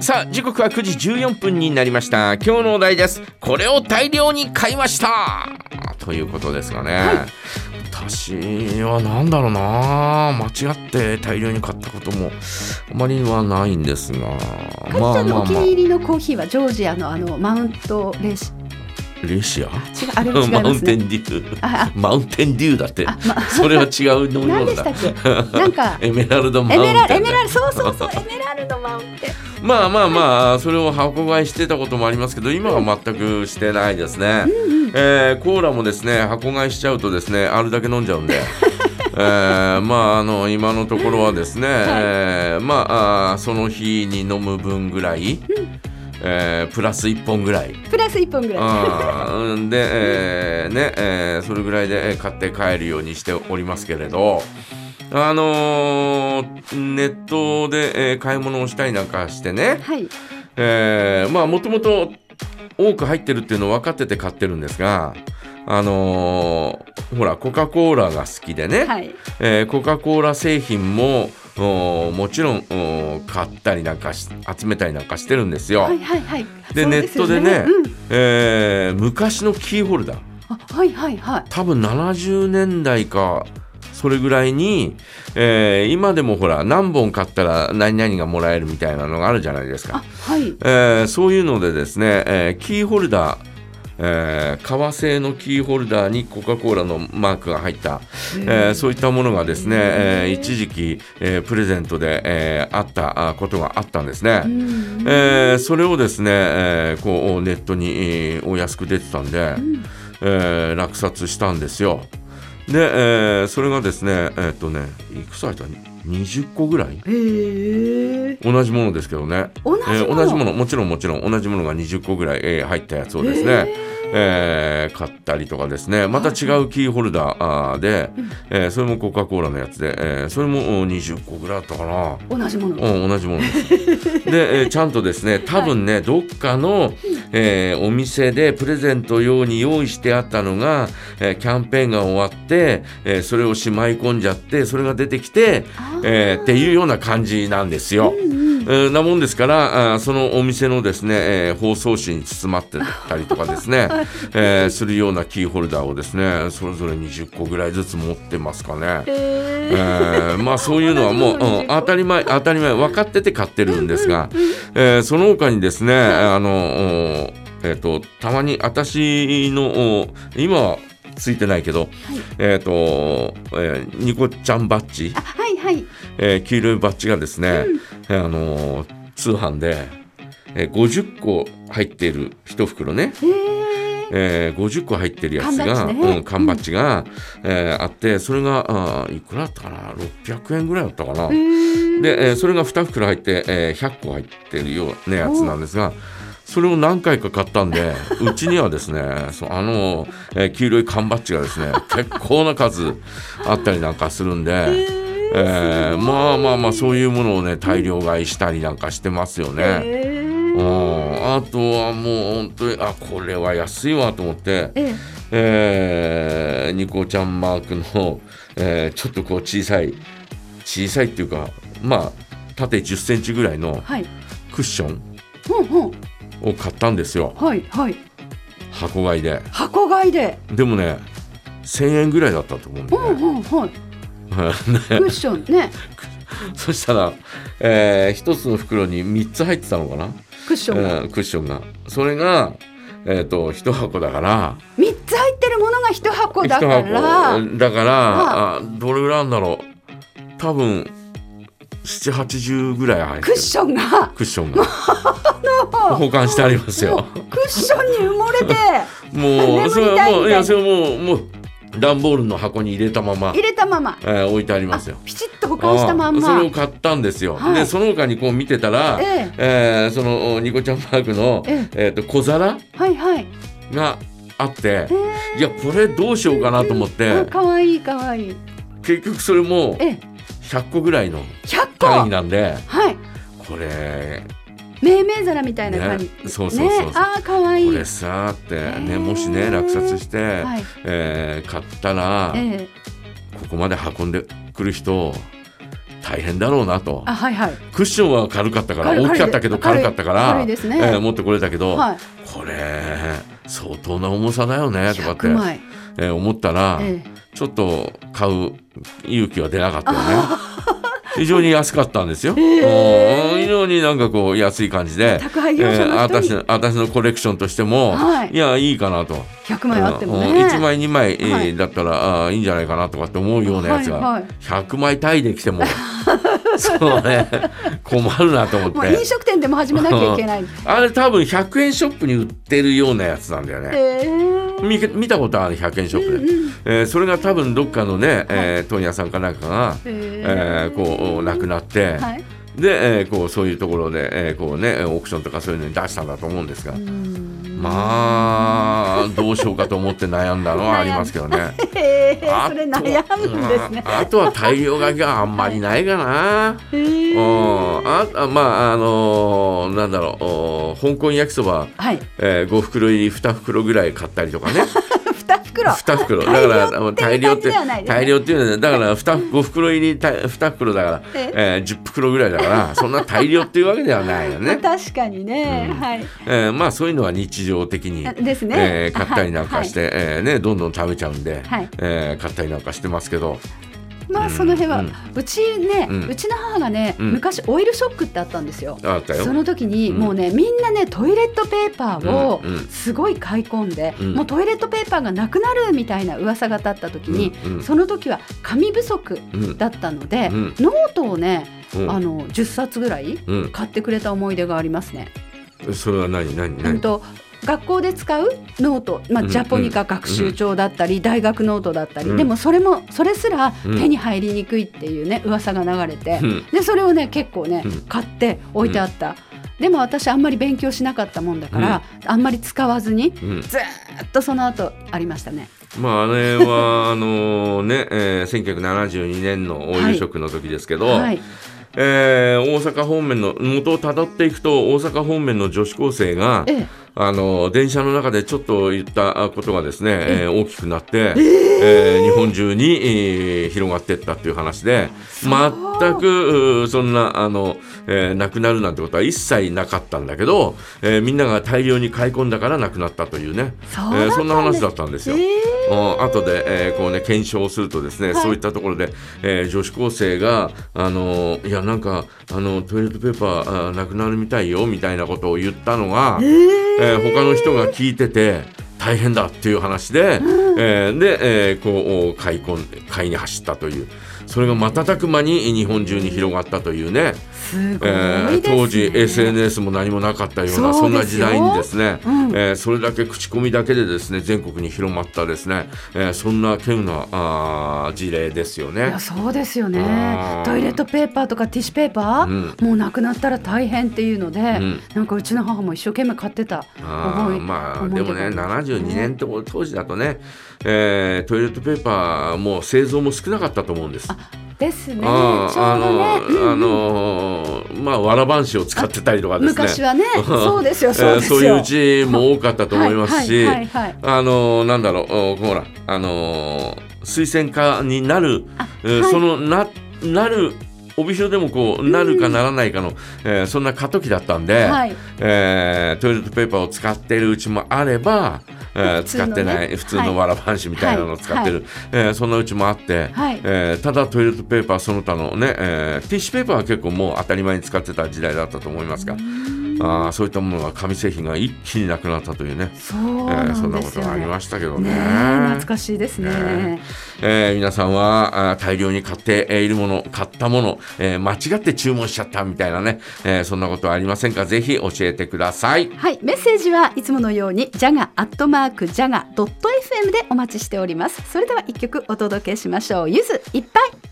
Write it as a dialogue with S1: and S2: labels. S1: さあ時刻は9時14分になりました今日のお題ですこれを大量に買いましたということですがね、私は何だろうな間違って大量に買ったこともあまりはないんですが
S2: カズさんのお気に入りのコーヒーはジョージアのあのマウントレーシ
S1: レシア
S2: あ違うあれは違い
S1: マ
S2: ま
S1: ウン
S2: す
S1: テ
S2: ね
S1: ンデュー
S2: あ
S1: マウンテンデューだって
S2: あ、ま、
S1: それは違う飲み
S2: 何
S1: 物
S2: でし
S1: だ
S2: た っけなんか
S1: エメラルドマウ
S2: エ
S1: ンテ
S2: メ
S1: ン
S2: ラル
S1: だ
S2: エメラルそうそうそうエメラルドマウンテン
S1: まあまあまあそれを箱買いしてたこともありますけど今は全くしてないですね、えーコーラもですね箱買いしちゃうとですねあるだけ飲んじゃうんでえーまああの今のところはですね、えーまああーその日に飲む分ぐらい、えープラス1本ぐらい
S2: プラス一本ぐらい
S1: あーうんで、えーねえーそれぐらいでえー買って帰るようにしておりますけれど。あのーネットで、えー買い物をしたりなんかしてね、
S2: はい
S1: えーまあもともと多く入ってるっていうの分かってて買ってるんですが、あのーほらコカ・コーラが好きでね、
S2: はい
S1: えーコカ・コーラ製品もおーもちろんおー買ったりなんかし集めたりなんかしてるんですよ。
S2: はいはいはい
S1: で
S2: そう
S1: ネッ
S2: すよ
S1: トでね、
S2: うん
S1: えー昔のキーホルダー
S2: あはいはいはい
S1: 多分70年代かそれぐらいに、えー今でもほら何本買ったら何々がもらえるみたいなのがあるじゃないです
S2: あ
S1: か、
S2: はい
S1: えーそういうのでですね、えーキーホルダー、えー革製のキーホルダーにコカ・コーラのマークが入った、えーそういったものがですね、えー一時期、えープレゼントで、えーあったあことがあったんですね。
S2: うん
S1: えーそれをですね、えーこうネットに、えーお安く出てたんで、えー落札したんですよ。で、えーそれがですね、えーっとね、いくつ入った ?20 個ぐらい
S2: へー
S1: 同じものですけどね。
S2: 同じもの
S1: えー同じもの、もちろんもちろん同じものが20個ぐらい、えー入ったやつをですね、えー買ったりとかですね、また違うキーホルダーあーで、えーそれもコカ・コーラのやつで、えーそれもお20個ぐらいあったかな。
S2: 同じもの
S1: うん、同じものです。で、えーちゃんとですね、多分ね、どっかの、えーお店でプレゼント用に用意してあったのが、えーキャンペーンが終わって、えーそれをしまい込んじゃって、それが出てきて、えーっていうような感じなんですよ。えーなもんですから、あーそのお店のですね、えー包装紙に包まってたりとかです ね、えーするようなキーホルダーをですね、それぞれ20個ぐらいずつ持ってますかね。
S2: へー
S1: えーまあそういうのは もう、
S2: 同じもの
S1: うん当たり前当たり前分かってて買ってるんですが、えーその他にですねあの、おえー、とたまに私のお今はついてないけど、えっ、と、えーニコちゃんバッジ
S2: あ、はいはい
S1: えー黄色いバッジがですね、えーあのー通販で、えー50個入っている一袋ね、
S2: へー
S1: えー、50個入ってるやつが、
S2: 缶バッジね
S1: うん、缶バッジが、えーあってそれがあーいくらだったかな600円ぐらいだったかな、
S2: へー
S1: で、えーそれが2袋入って、えー100個入ってるようなやつなんですがそれを何回か買ったん でうちにはですねそうあの、えー黄色い缶バッジが ですね結構な数あったりなんかするんで。えーまあまあまあそういうものをね大量買いしたりなんかしてますよね。
S2: へー
S1: うんあとはもう本当にあこれは安いわと思って、
S2: ええ
S1: えーニコちゃんマークの、えーちょっとこう小さい小さいっていうかまあ縦1 0センチぐらいの
S2: はい
S1: クッション
S2: ほんほん
S1: を買ったんですよ
S2: はいはい
S1: 箱買いで
S2: 箱買いで
S1: でもね1000円ぐらいだったと思うんで、
S2: ほん
S1: ね、
S2: ほんほんクッションね
S1: そしたら、え1つの袋に3つ入ってたのかな、
S2: クッションが
S1: うんクッションがそれが、えー、と1箱だから
S2: 三つ入ってるものが一箱だか
S1: 一
S2: ら
S1: 箱だからあどれぐらいあるんだろう多分780ぐらい入って
S2: ク
S1: る
S2: ッションが
S1: クッション が保管してあります
S2: も
S1: よ
S2: うクッションに埋 もれて
S1: も
S2: あ
S1: うそれはも
S2: 眠りたいみたいな
S1: ういやそれはもうもう段ボールの箱に入れたまま
S2: 入、れたまま
S1: えー置いてあり
S2: あ
S1: ますよ
S2: ピチッと保管したまん
S1: ああそ
S2: ま
S1: れを買ったんですよ、
S2: はい
S1: でその他にこう見てたら、
S2: え
S1: えーそのニコちゃんマークの、
S2: え
S1: えーと小皿
S2: はいはい
S1: があって、いやこれどうしようかなと思って、
S2: あ可愛い可愛い
S1: 結局それも
S2: ええ
S1: 100個ぐらいの
S2: 100個
S1: 単位なんで
S2: はい
S1: これ
S2: めいめい皿みたいな感じ
S1: ねそうそうそうそう
S2: ねあー可愛
S1: こ
S2: い
S1: れさーって
S2: へー
S1: ねもしね落札して、
S2: はい
S1: えー買ったら
S2: ええ
S1: ここまで運んでくる人大変だろうなと
S2: あはいはい
S1: クッションは軽かったから
S2: 軽い
S1: 大きかったけど
S2: 軽
S1: 軽
S2: い
S1: かったから
S2: 軽いですね
S1: えー持ってこれたけど、
S2: はい
S1: これ相当な重さだよねとかって
S2: 100、枚
S1: えー思ったら、
S2: ええ
S1: ちょっと買う勇気は出なかったよ ね。非常に安かったんですよ。うん非常になんかこう安い感じで。
S2: 宅配業者
S1: えー
S2: の人
S1: 私
S2: に
S1: の私のコレクションとしても、
S2: はい
S1: やいいかなと、
S2: 100枚あってもね
S1: うん1枚2枚、えー
S2: はい
S1: だったらあーいいんじゃないかなとかって思うようなやつが、
S2: はいはい
S1: 100枚単位で来 てもそうね困るなと思って、
S2: まあ、飲食店でも始めなきゃいけ ない、
S1: あれ多分100円ショップに売ってるようなやつなんだよね。
S2: えー
S1: 見け見たことある100円ショップで、えーそれが多分どっかのね、えー問屋さんかなんかが、
S2: え
S1: えーこうなくなって、
S2: はい
S1: で、えーこうそういうところで、えーこうね、オークションとかそういうのに出したんだと思うんですが、まあどうしようかと思って悩んだのはありますけどね。
S2: えー、
S1: あ
S2: そ
S1: と
S2: れ悩むんですね。
S1: ああとは大量書きがあんまりないかな。
S2: えー
S1: うんああまああのーなんだろうお香港焼きそば、
S2: はい、
S1: え5袋入り2袋ぐらい買ったりとかね。
S2: 二袋。
S1: 二袋だ
S2: 大量
S1: か
S2: って
S1: ら大量って
S2: いう
S1: 大量っていう
S2: 感じではないですね
S1: のはだから二5袋入りた2袋だから、
S2: え
S1: えー、10袋ぐらいだからそんな大量っていうわけではないよ
S2: まあ
S1: ね。
S2: 確かにね、
S1: うん
S2: はい。
S1: えーまあそういうのは日常的に、
S2: あですね
S1: えー買ったりなんかして、えーね、どんどん食べちゃうんで、
S2: はい
S1: えー買ったりなんかしてますけど
S2: まあその辺は、
S1: う
S2: うんちね、
S1: う
S2: うんちの母がね、
S1: うん
S2: 昔オイルショックってあったんですよ。
S1: あったよ。
S2: その時に、
S1: うん
S2: もうねみんなねトイレットペーパーを
S1: うんうん
S2: すごい買い込んで、
S1: うん
S2: もうトイレットペーパーがなくなるみたいな噂が立った時に、
S1: うんうん
S2: その時は紙不足
S1: うん
S2: だったので、
S1: うん
S2: ノートをね、
S1: うん
S2: あの10冊ぐらい
S1: うん
S2: 買ってくれた思い出がありますね。
S1: それは何何
S2: うん
S1: 何
S2: と学校で使うノート、ま
S1: う
S2: あ、
S1: ん
S2: ジャポニカ学習帳だったり、大学ノートだったり、
S1: うん
S2: でもそれもそれすら
S1: うん
S2: 手に入りにくいっていうね噂が流れて、
S1: うん
S2: でそれをね結構ね、
S1: うん
S2: 買って置いてあった、でも私あんまり勉強しなかったもんだから、あんまり使わずに
S1: うん
S2: ずーっとその後ありましたね。
S1: まああれはあのね、えー、1972年のオイルショックの時ですけど、
S2: はい、
S1: えー大阪方面の元をたどっていくと大阪方面の女子高生が
S2: ええ
S1: あの電車の中でちょっと言ったことがですね、えー大きくなって、えー日本中に、えー広がっていったっていう話で全くうーそんなあの、えーなくなるなんてことは一切なかったんだけど、えーみんなが大量に買い込んだからなくなったというね
S2: そう
S1: えー
S2: だったんです
S1: そんな話だったんですよ。
S2: え
S1: うん後で、えーこうね検証するとですね、
S2: はい
S1: そういったところで、えー女子高生があのーいやなんかあのトイレットペーパーあーなくなるみたいよみたいなことを言ったのが、えー他の人が聞いてて大変だっていう話で、えーで、えーこうお買い込ん買いに走ったというそれが瞬く間に日本中に広がったというね、
S2: ー、すごいです、
S1: え
S2: ね
S1: ー当時 SNS も何もなかったようなそ
S2: そ
S1: ん
S2: うですよ
S1: な時代にですね、
S2: うん
S1: えーそれだけ口コミだけでですね全国に広まったですね、えーそんな稀有なあー事例ですよ
S2: い
S1: ね
S2: や。そうですよ
S1: うん
S2: ねトイレットペーパーとかティッシュペーパー、もうなくなったら大変っていうので、
S1: ん
S2: なんかうちの母も一生懸命買ってた
S1: あ
S2: 思い
S1: ーまあ
S2: 思い
S1: で
S2: 出
S1: もね
S2: がある
S1: 72年ってこと当時だとね、えートイレットペーパーも製造も少なかったと思うんです。
S2: ですねちょう
S1: あーあ
S2: どね
S1: のーあのーまあわらばんしを使ってたりとかですね。
S2: 昔はねそうです
S1: え
S2: よ
S1: ー
S2: そうですよ、
S1: そういううちも多かったと思いますし、
S2: はいはいはいはい
S1: あのーなんだろうおほらあのー推薦家になる、えー
S2: はい
S1: そのななる帯広でもこうなるかならないかの、えーそんな過渡期だったんで、
S2: はい
S1: えートイレットペーパーを使ってるうちもあれば、えー
S2: 普通
S1: 使
S2: の
S1: っ
S2: ね
S1: てない普通
S2: は
S1: の
S2: い
S1: わらばんしみたいなのを使ってる、えーそんなうちもあって、
S2: はい
S1: えーただトイレットペーパーその他のね、えーティッシュペーパーは結構もう当たり前に使ってた時代だったと思いますがあーそういったものが紙製品が一気になくなったというね
S2: そう
S1: えー
S2: な
S1: そん
S2: ん
S1: な
S2: で
S1: こ
S2: す
S1: と
S2: よ
S1: があり
S2: ね
S1: ましたけど
S2: ね
S1: ね。
S2: え懐かしいですね
S1: ねえー皆さんはあー大量に買ってえーいるもの買ったもの、えー間違って注文しちゃったみたいなね、えーそんなことはありませんかぜひ教えてください。
S2: はいメッセージはいつものようにジャガアットマークジャガドット FM でお待ちしておりますそれでは一曲お届けしましょうゆずいっぱい